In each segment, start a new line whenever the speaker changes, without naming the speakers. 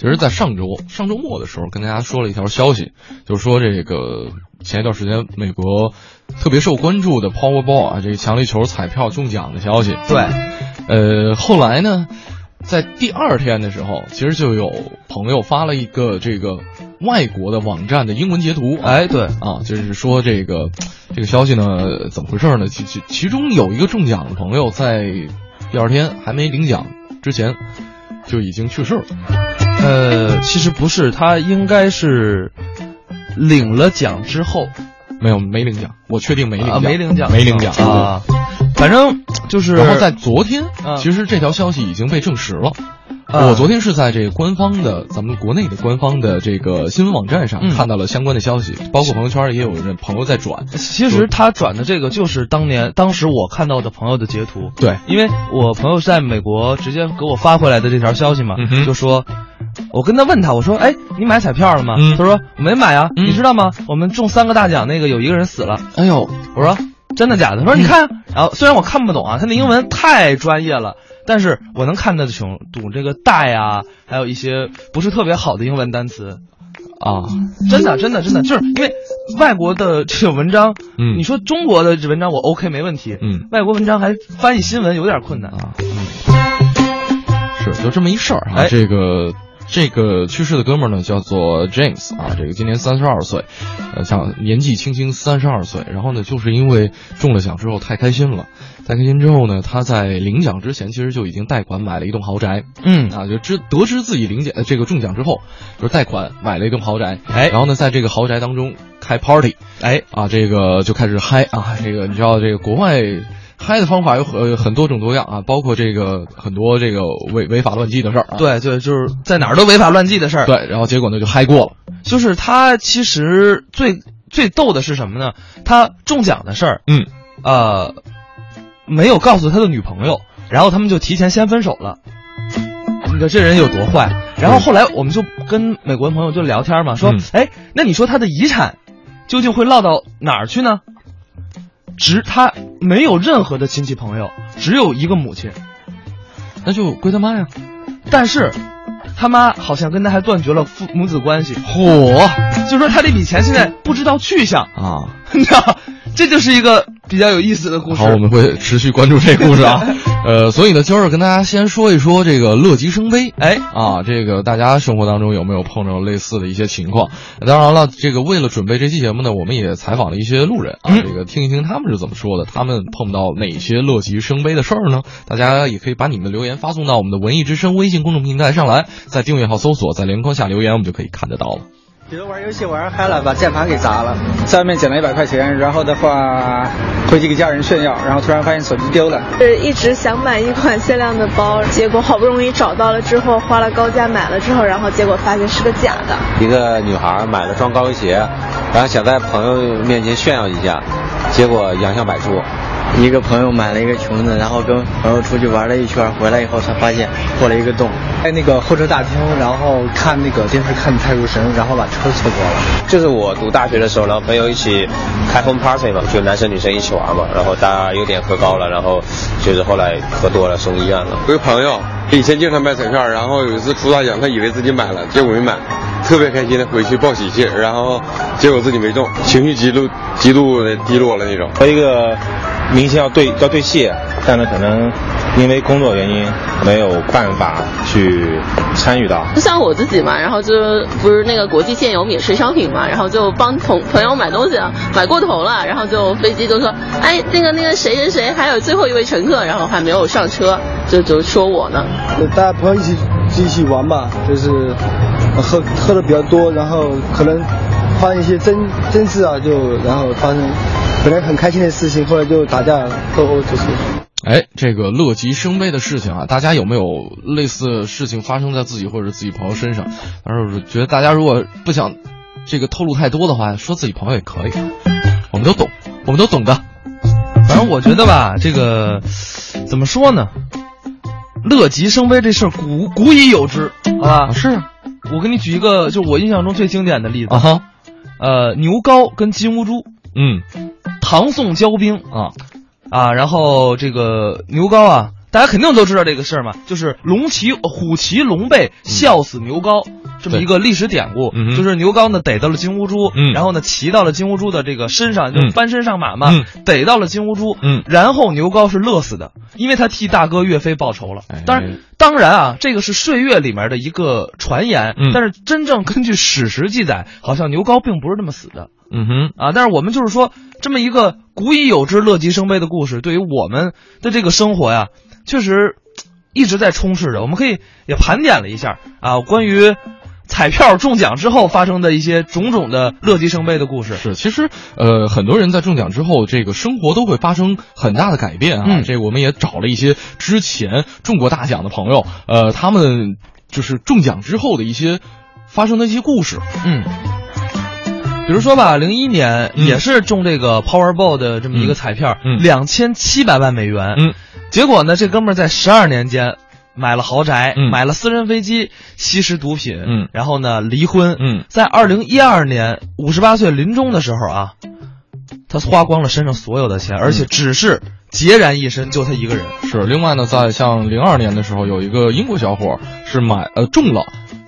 其实，在上周上周末的时候，跟大家说了一条消息，就是说这个前一段时间美国特别受关注的 Powerball 啊，这个强力球彩票中奖的消息。
对，
呃，后来呢，在第二天的时候，其实就有朋友发了一个这个外国的网站的英文截图，
哎，对，
啊，就是说这个这个消息呢，怎么回事呢？其其其中有一个中奖的朋友在第二天还没领奖之前就已经去世了。
呃，其实不是，他应该是领了奖之后
没有，没领奖，我确定没领奖，
啊没领奖
没领奖。嗯
啊，反正就是，
然后在昨天，
嗯
其实这条消息已经被证实了。
嗯
我昨天是在这个官方的，咱们国内的官方的这个新闻网站上
嗯
看到了相关的消息，包括朋友圈也有人朋友在转。
其实他转的这个就是当年当时我看到的朋友的截图，
对，
因为我朋友是在美国直接给我发回来的这条消息嘛，
嗯哼
就说。我跟他问他，我说：“哎，你买彩票了吗？”
嗯
他说：“没买啊。
嗯
你知道吗？我们中三个大奖，那个有一个人死了。
哎呦，
我说真的假的？他说你看，然后虽然我看不懂啊，他那英文太专业了，但是我能看得懂懂这个带啊，还有一些不是特别好的英文单词。
啊，
真的，真的，真的，就是因为外国的这个文章，
嗯
你说中国的这文章我 OK 没问题，
嗯
外国文章还翻译新闻有点困难。
啊，嗯，是有这么一事儿啊，
哎
这个。这个去世的哥们儿呢，叫做 James 啊，这个今年三十二岁，呃，像年纪轻轻三十二岁，然后呢，就是因为中了奖之后太开心了，太开心之后呢，他在领奖之前其实就已经贷款买了一栋豪宅，
嗯，
啊，就知得知自己领奖呃这个中奖之后，就是贷款买了一栋豪宅，
哎
然后呢，在这个豪宅当中开 party，
哎，
啊，这个就开始嗨啊，这个你知道这个国外。嗨的方法有很呃很多种多样啊，包括这个很多这个违违法乱纪的事儿、啊。
对对，就是在哪儿都违法乱纪的事儿。
对，然后结果呢就嗨过了。
就是他其实最最逗的是什么呢？他中奖的事儿，
嗯，
呃，没有告诉他的女朋友，然后他们就提前先分手了。你说这人有多坏？然后后来我们就跟美国朋友就聊天嘛，说
嗯，
哎、那你说他的遗产究竟会落到哪儿去呢？只他没有任何的亲戚朋友，只有一个母亲，
那就归他妈呀！
但是他妈好像跟他还断绝了父母子关系，
嚯
就说他这笔钱现在不知道去向。
啊！
你知道，这就是一个比较有意思的故事
好，。我们会持续关注这故事 啊。呃，所以呢，今儿跟大家先说一说这个乐极生悲。
哎，
啊，这个大家生活当中有没有碰着类似的一些情况？当然了，这个为了准备这期节目呢，我们也采访了一些路人啊，
嗯
这个听一听他们是怎么说的，他们碰到哪些乐极生悲的事儿呢？大家也可以把你们的留言发送到我们的文艺之声微信公众平台上来，在订阅号搜索，在留言框下留言，我们就可以看得到了。
比如玩游戏玩嗨了，把键盘给砸了，在外面捡了一百块钱，然后的话回去给家人炫耀，然后突然发现手机丢了。
是一直想买一款限量的包，结果好不容易找到了之后，花了高价买了之后，然后结果发现是个假的。
一个女孩买了双高跟鞋，然后想在朋友面前炫耀一下，结果洋相百出。
一个朋友买了一个裙子，然后跟朋友出去玩了一圈，回来以后才发现破了一个洞。
在哎那个候车大厅，然后看那个电视看得太入神，然后把车错过了。
就是我读大学的时候，然后朋友一起开 home party 嘛，就男生女生一起玩嘛，然后大家有点喝高了，然后就是后来喝多了送医院了。
有个朋友哦以前经常买彩票，然后有一次出大奖，他以为自己买了，结果没买，特别开心的回去报喜去，然后结果自己没中，情绪极度极度的低落了那种。
和一个明星要对要对戏，啊但呢可能因为工作原因没有办法去参与到。
就像我自己嘛，然后就不是那个国际现有免税商品嘛，然后就帮同朋友买东西啊，买过头了，然后就飞机就说，哎，那个那个谁谁谁，还有最后一位乘客，然后还没有上车，就就说我呢。
大家朋友一起一起玩吧，就是喝喝的比较多，然后可能发生一些争争执啊，就然后发生本来很开心的事情，后来就打架斗殴就是。
哎，这个乐极生悲的事情啊，大家有没有类似事情发生在自己或者自己朋友身上？但是我觉得大家如果不想这个透露太多的话，说自己朋友也可以，我们都懂，我们都懂的。
反正我觉得吧，这个怎么说呢？乐极生悲这事儿古古已有之，好吧？
是啊，
我给你举一个，就是我印象中最经典的例子，
啊哈，
呃，牛皋跟金兀术，
嗯
唐宋交兵
啊，
啊，然后这个牛皋啊，大家肯定都知道这个事儿嘛，就是龙骑虎骑龙背，笑死牛皋。这么一个历史典故，
嗯嗯哼
就是牛皋呢逮到了金乌珠，
嗯
然后呢骑到了金乌珠的这个身上，就
嗯
翻身上马嘛，
嗯
逮到了金乌珠，
嗯
然后牛皋是乐死的，因为他替大哥岳飞报仇了
哎。
当然，当然啊，这个是《岁月》里面的一个传言，
嗯
但是真正根据史实记载，好像牛皋并不是这么死的。
嗯哼，
啊，但是我们就是说，这么一个古已有之、乐极生悲的故事，对于我们的这个生活呀，确实嘖一直在充斥着。我们可以也盘点了一下啊，关于彩票中奖之后发生的一些种种的乐极生悲的故事。
是，其实呃，很多人在中奖之后，这个生活都会发生很大的改变啊。
嗯
这个我们也找了一些之前中过大奖的朋友，呃，他们就是中奖之后的一些发生的一些故事。
嗯。比如说吧，零一年
嗯
也是中这个 Powerball 的这么一个彩票，
嗯嗯
两千七百万美元。
嗯，
结果呢，这哥们儿在十二年间买了豪宅，
嗯
买了私人飞机，吸食毒品，
嗯
然后呢离婚，
嗯
在二零一二年五十八岁临终的时候啊，他花光了身上所有的
嗯
钱，而且只是孑然一身，就他一个人。
是，另外呢，在像零二年的时候，有一个英国小伙儿是买呃中了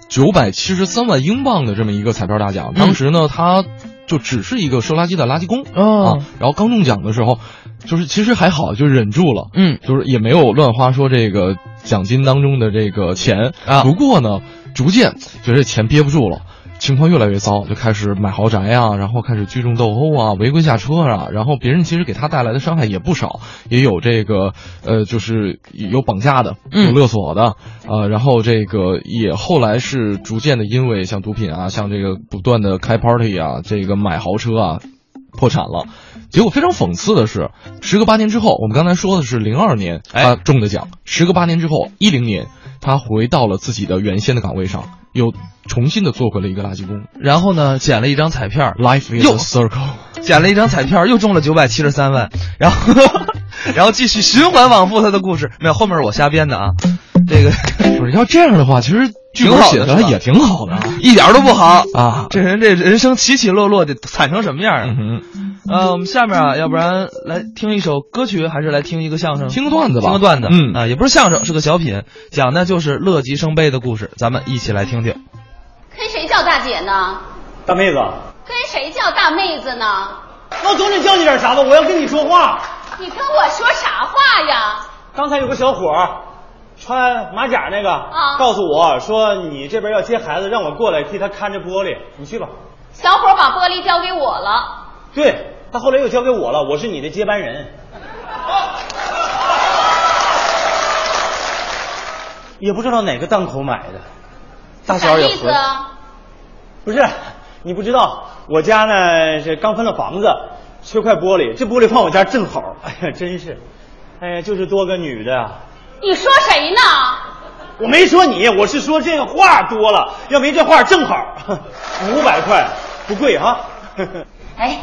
九百七十三万英镑的这么一个彩票大奖，当时呢他。就只是一个收垃圾的垃圾工、
嗯哦
啊，然后刚中奖的时候，就是其实还好，就忍住了，
嗯，
就是也没有乱花说这个奖金当中的这个钱
啊
不过呢，逐渐觉得这钱憋不住了。情况越来越糟，就开始买豪宅啊，然后开始聚众斗殴
嗯
啊，围观下车啊，然后别人其实给他带来的伤害也不少，也有这个呃，就是有绑架的，
嗯
有勒索的，呃，然后这个也后来是逐渐的因为像毒品啊，像这个不断的开 party 啊，这个买豪车啊，破产了。结果非常讽刺的是，时隔八年之后，我们刚才说的是零二年
哎
他中的奖，时隔八年之后，一零年他回到了自己的原先的岗位上，又重新的做回了一个垃圾工。
然后呢，捡了一张彩票，
Life is
又
a circle。
捡了一张彩票，又中了九百七十三万，然后然后继续循环往复他的故事。没有，后面是我瞎编的啊，这个
不是要这样的话，其实剧本
挺好的
写
是
的
吧
也挺好的
一点儿都不好。
啊。
这人这人生起起落落得惨成什么样啊？
嗯
呃，我们下面啊，要不然来听一首歌曲，还是来听一个相声？
听个段子吧
听个段子。
嗯
啊，也不是相声，是个小品，讲的就是乐极生悲的故事。咱们一起来听听。
跟谁叫大姐呢？
大妹子，
跟谁叫大妹子呢？
那总得叫你点啥吧？我要跟你说话。
你跟我说啥话呀？
刚才有个小伙儿穿马甲那个，
啊
告诉我说你这边要接孩子，让我过来替他看着玻璃。你去吧。
小伙把玻璃交给我了，
对他后来又交给我了，我是你的接班人。也不知道哪个档口买的，大小
啥
也
意思啊
合。？不是，你不知道，我家呢这刚分了房子，缺块玻璃，这玻璃放我家正好。哎呀，真是，哎呀，就是多个女的啊。
你说谁呢？
我没说你，我是说这话多了，要没这话正好，五百块不贵啊。
哎，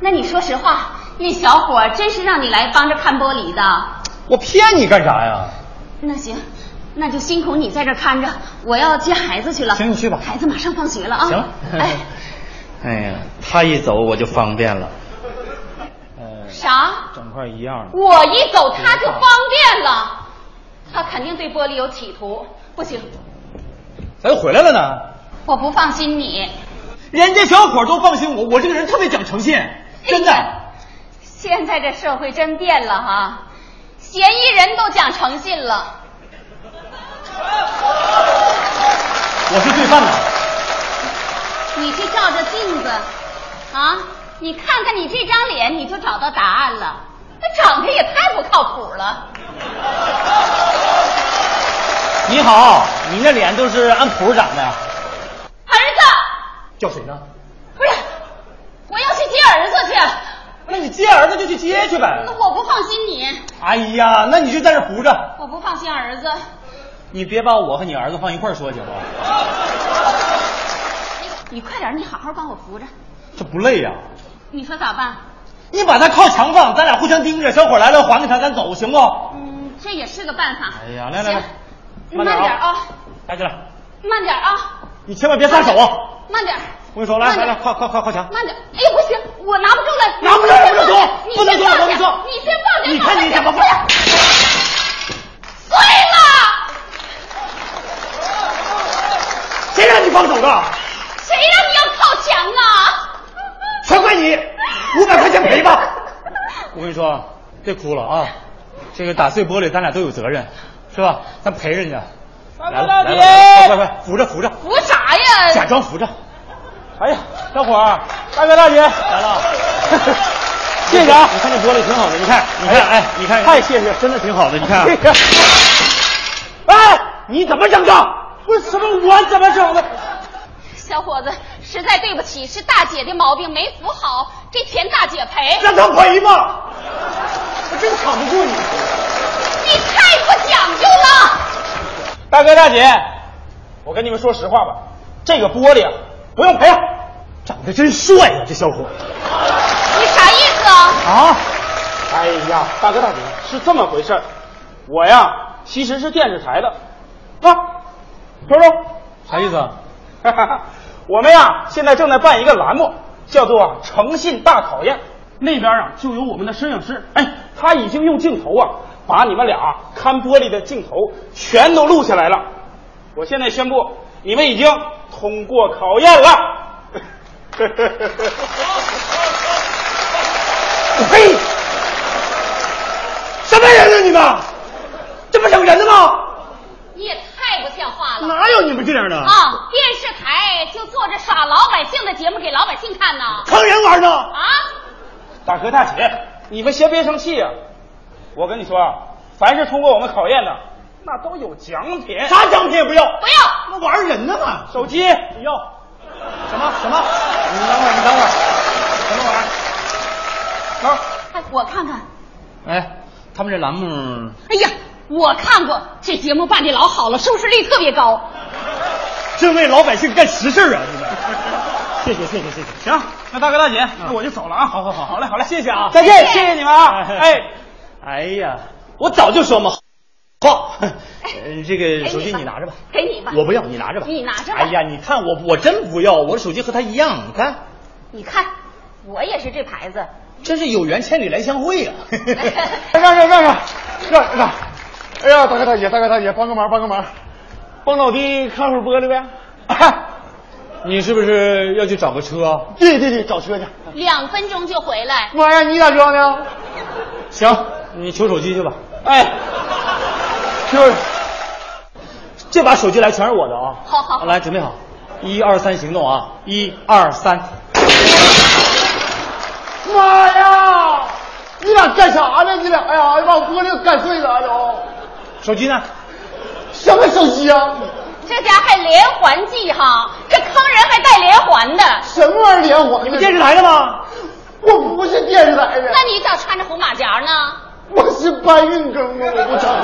那你说实话，那小伙儿真是让你来帮着看玻璃的。
我骗你干啥呀？
那行，那就辛苦你在这儿看着，我要接孩子去了。
行你去吧
孩子马上放学了啊。
行
哎，
哎呀，他一走我就方便了。
呃，
啥？
整块一样的。
我一走他就方便了，他肯定对玻璃有企图。不行，
咋又哎回来了呢？
我不放心你。
人家小伙都放心我，我这个人特别讲诚信，真的。
哎呀现在这社会真变了哈，嫌疑人都讲诚信了。
我是罪犯呐。
你去照照镜子，啊，你看看你这张脸，你就找到答案了。那长得也太不靠谱了。
你好，你那脸都是按谱长的呀？
儿子，
叫谁呢？
不是，我要去接儿子去。
那你接儿子就去接去呗
那。我不放心你，
哎呀，那你就在这儿扶着，
我不放心儿子。
你别把我和你儿子放一块儿说，姐夫，
你快点，你好好帮我扶着。
这不累呀、
你说咋办？
你把他靠墙放，咱俩互相盯着，小伙来了还给他，咱走行不？
嗯，这也是个办法。
哎呀，来来来
行，
慢
慢点
点
啊，
来起来，
慢点啊。
你千万别撒手啊！
慢点，
挥手来来来，靠靠靠靠墙，
慢点。哎呦，不行，我拿不住了，
拿不住了不
你先放
能动不能动不能
下
动
你先放下，
你看你怎么放
放下。了！
谁让你放手的？
谁让你要靠墙啊？
全怪你，五百块钱赔 吧。我跟你说，别哭了啊，这个打碎玻璃咱俩都有责任，是吧？咱赔人家。来了来了，来了快快扶着扶着，
扶啥呀？
假装扶着。哎呀，小伙儿，大哥大姐来了， 谢谢啊！你看这玻璃挺好的，你看，你看，哎，你看，太谢谢，真的挺好的，你看。 哎，你怎么整的？不是什么，我怎么整的？
小伙子，实在对不起，是大姐的毛病没扶好，这钱大姐赔。
让他赔吧，我真扛不住你。
你太不讲究了！
大哥大姐，我跟你们说实话吧，这个玻璃啊，不用赔了。长得真帅呀、这小伙
你啥意思啊？
啊！哎呀，大哥大姐，是这么回事儿我呀，其实是电视台的啊，瞅瞅，啥意思 啊？我们呀，现在正在办一个栏目，叫做《诚信大考验》。那边啊，就有我们的摄影师，哎，他已经用镜头啊，把你们俩看玻璃的镜头全都录下来了。我现在宣布，你们已经通过考验了。嘿，什么人啊你们？这不整人的吗？
你也太不像话了！
哪有你们这样的？
啊，电视台就做着耍老百姓的节目给老百姓看呢。
坑人玩呢！
啊，
大哥大姐，你们先别生气啊！我跟你说啊，凡是通过我们考验的，那都有奖品。啥奖品也不要，
不要！
那玩人呢嘛！手机不要，什么什么？你等会儿，你等会儿，什么玩意儿？啊！
哎，我看看，
哎，他们这栏目
哎呀，我看过这节目办的老好了，收视率特别高。
真为老百姓干实事啊！你们， 谢谢谢谢谢谢。行，那大哥大姐，那我就走了啊！好好好，好嘞好嘞，谢谢啊！再见，谢谢你们啊！哎，哎呀，我早就说嘛，好，呃这个手机你拿着吧，
给你吧。
我不要，你拿着吧，
你拿着吧
哎呀，你看我我真不要，我的手机和他一样，你看，
你看，我也是这牌子。
真是有缘千里来相会啊呀、让让让让让让！哎呀，大哥大姐，大哥大姐，帮个忙，帮个忙，帮老弟看会儿玻璃呗。你是不是要去找个车？啊对对对，找车去。
两分钟就回来，
妈呀，你咋知道呢？行，你求手机去吧。哎，就是这把手机来全是我的啊。
好好好
来准备好，一二三，行动啊！一二三。妈呀！你俩干啥呢？你俩，哎呀，把我玻璃干碎了哎都。手机呢？什么手机啊？
这家还连环计哈，这坑人还带连环的。
什么玩意儿连环？你们电视台的吗？我不是电视台的
那你咋穿着红马甲呢？
我是搬运工啊，我不找。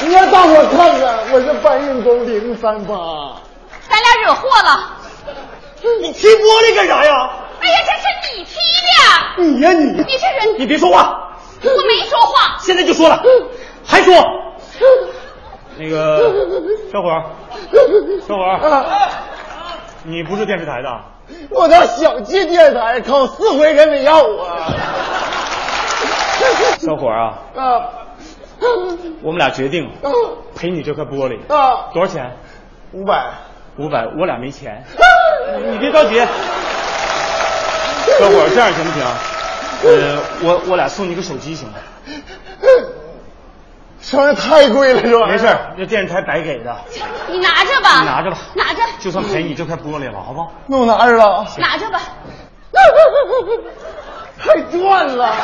你要让我看看，我是搬运工零三八。
咱俩惹祸了。
你踢玻璃干啥呀？
哎呀，这是你踢的，
你呀你！
你这人
你别说话，
我没说话。
现在就说了，还说。那个小伙儿，小伙儿，你不是电视台的？我到小区电视台考四回人没要我。小伙儿啊，
啊
我们俩决定赔你这块玻璃，
啊，
多少钱？
五百，
五百，我俩没钱。你别着急，小伙儿，这样行不行？呃，我我俩送你个手机行吗？
实在太贵了，是吧？
没事儿，这电视台白给的，
你拿着吧，
你拿着吧
拿着，
就算赔你这块玻璃了，好不好？
弄哪儿了？
拿着吧。
太赚了！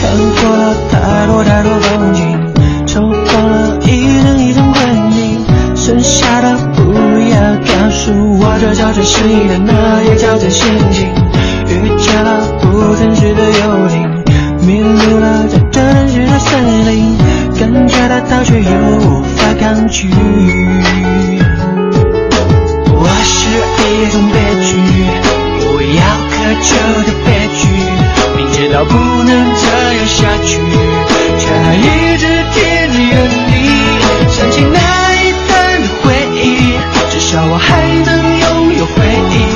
看过了太多太多风景，走过了一阵一阵光阴，剩下的不要告诉我，这叫真实的，那也叫真心情。遇见了不真实的友情，迷路了在这真实的森林，感觉得到却又无法抗拒。我是一种悲剧，不要苛求的悲剧，明知道不能这样下去，却还一直停止原地。想起那一段的回忆，至少我还能有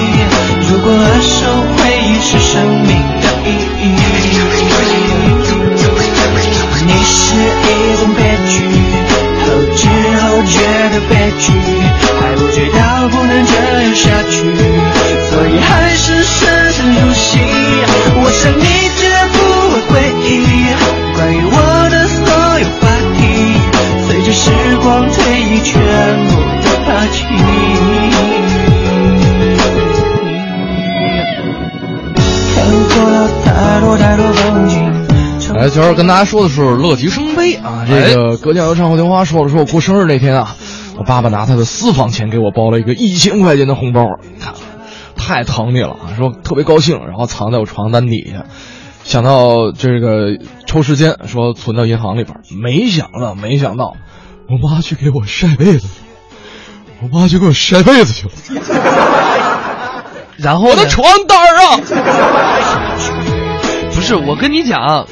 过了太多太多风景。
来，今儿跟大家说的是乐极生悲啊！这个隔江犹唱后庭花说了，说我过生日那天啊，我爸爸拿他的私房钱给我包了一个一千块钱的红包，你看太疼你了啊！说特别高兴，然后藏在我床单底下，想到这个抽时间说存到银行里边，没想到，没想到，我妈去给我晒被子，我妈去给我晒被子去了，
然后
我的床单儿
啊！ 不是，我跟你讲
啊，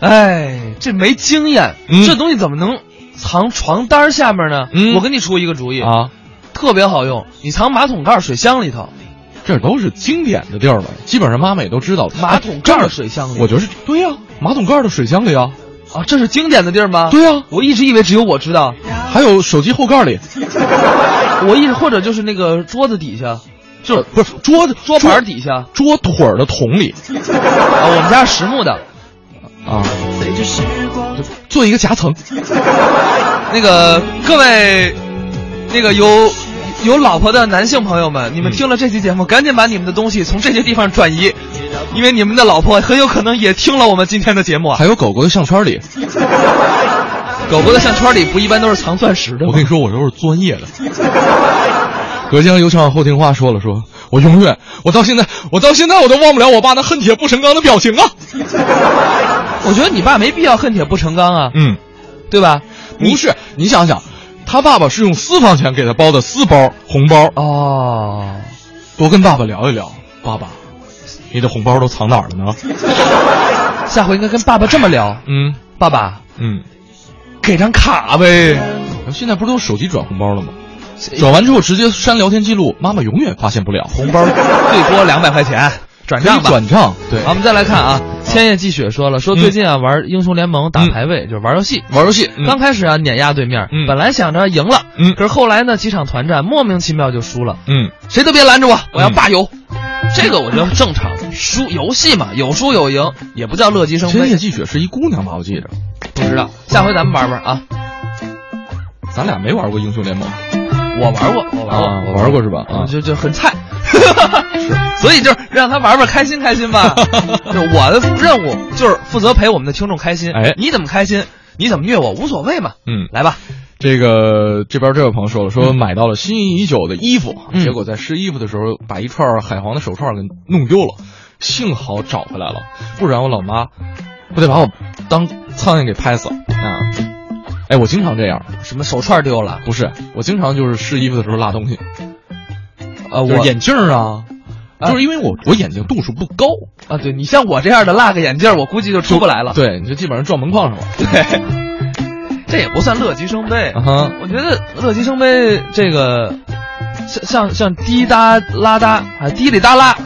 哎，这没经验，
嗯
这东西怎么能藏床单下面呢？
嗯
我给你出一个主意
啊，
特别好用，你藏马桶盖水箱里头。
这都是经典的地儿了，基本上妈妈也都知道。
马桶盖儿水箱里
我觉得是对呀、马桶盖儿的水箱里啊。
啊，这是经典的地儿吗？
对啊呀、
我一直以为只有我知道。
还有手机后盖里，
我一直或者就是那个桌子底下，就、
呃不是桌子
桌板底下
桌腿儿的桶里
啊，我们家是实木的，
啊，做一个夹层。
那个各位，那个有有老婆的男性朋友们，你们听了这期节目，赶紧把你们的东西从这些地方转移，因为你们的老婆很有可能也听了我们今天的节目啊。
还有狗狗的项圈里，
狗狗的项圈里不一般都是藏钻石的
我
吗
跟？你说，我都是钻夜的。 隔江犹唱后庭花说了说，我永远，我到现在，我到现在我都忘不了我爸那恨铁不成钢的表情啊。
我觉得你爸没必要恨铁不成钢啊，
嗯，
对吧？
不是，你想想，他爸爸是用私房钱给他包的私包红包
哦，
多跟爸爸聊一聊，爸爸，你的红包都藏哪儿了呢？
下回应该跟爸爸这么聊，
嗯
爸爸
嗯，
给张卡呗。
现在不是都有手机转红包了吗？转完之后直接删聊天记录，妈妈永远发现不了。
红包最多两百块钱，转
可以
账吧。
转账，对
好，我们再来看啊，千叶继雪说了，说最近啊玩英雄联盟打排位，就是玩游戏。
嗯玩游戏嗯
刚开始啊碾压对面，
嗯
本来想着赢了，
嗯
可是后来呢几场团战莫名其妙就输了，
嗯，
谁都别拦着我，我要霸游。这个我觉得正常，输游戏嘛，有输有赢，也不叫乐极生
千叶
悲。
继雪是一姑娘吧？我记着，
不知道，下回咱们玩玩啊。
咱俩没玩过英雄联盟
我玩过，我玩过，
啊
我
玩过是吧啊
就就很菜，是， 所以就是让他玩玩开心开心 吧。就是我的任务就是负责陪我们的听众开心，
哎
你怎么开心，你怎么虐我无所谓嘛。
嗯
来吧，
这个这边这位朋友说了，说买到了心仪已久的衣服，
嗯
结果在试衣服的时候把一串海皇的手串给弄丢了，幸好找回来了，不然我老妈不得把我当苍蝇给拍死啊！哎，我经常这样，
什么手串丢了？
不是，我经常就是试衣服的时候落东西，
啊，
就是
我
眼镜儿啊，
啊
就是因为我我眼睛度数不高，
啊，对你像我这样的落个眼镜儿，我估计就出不来了。
对，你就基本上撞门框上了。
对，这也不算乐极生悲。
啊哈，
我觉得乐极生悲这个，像像像滴答啦哒啊，滴里 哒啦。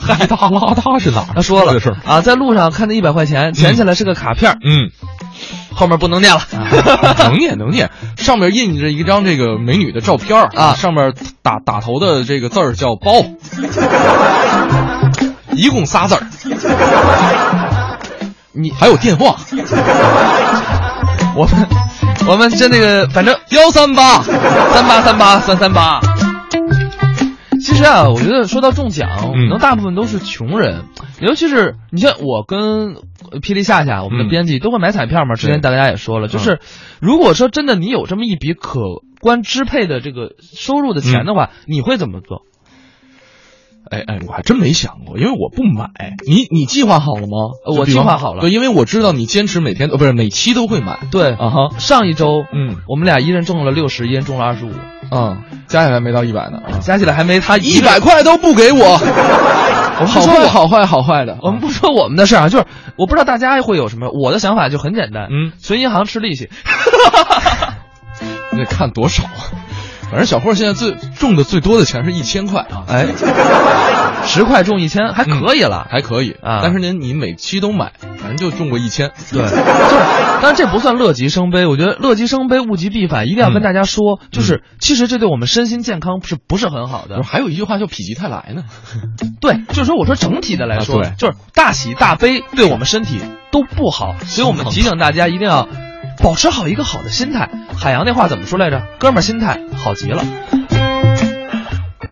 嗨，大拉大是哪儿？
他说了
这事儿
啊，在路上看见一百块钱，捡起来是个卡片儿，
嗯，
后面不能念了。
啊能念能念，上面印着一张这个美女的照片儿
啊
上面打打头的这个字儿叫包， 一共仨字儿，
你
还有电话，
我们我们这那个，反正幺三八三八三八三三八。其实啊，我觉得说到中奖，
嗯
可能大部分都是穷人，尤其是你像我跟呃霹雳夏夏，我
嗯
们的编辑都会买彩票嘛。之前大家也说了，就是如果说真的你有这么一笔可观支配的这个收入的钱的话，你会怎么做？
嗯哎哎，我还真没想过，因为我不买。你你计划好了吗？
呃
就
我
比方
计划好了
对，因为我知道你坚持每天呃不是每期都会买。
对
啊哈，
上一周，
嗯
我们俩一人中了六十，一人中了二十五，
嗯，加起来没到一百呢，啊
加起来还没他
一百块都不给我，
我
好
说
坏
我
好坏好坏的。
我们不说我们的事儿啊，就是我不知道大家会有什么，我的想法就很简单，
嗯
存银行吃利息。
那看多少 啊？反正小霍现在最中的最多的钱是一千块啊，
哎， 十块中一千还可以了，
嗯还可以
啊
但是您你每期都买，反正就中过一千。
对，就是，但是这不算乐极生悲，我觉得乐极生悲，物极必反，一定
嗯
要跟大家说，就是其实这对我们身心健康是不是很好的？
还有一句话叫否极泰来呢。
对，就是说，我说整体的来说，
啊对
就是大喜大悲对我们身体都不好，所以我们提醒大家一定要保持好一个好的心态。海洋那话怎么说来着？哥们儿，心态好极了。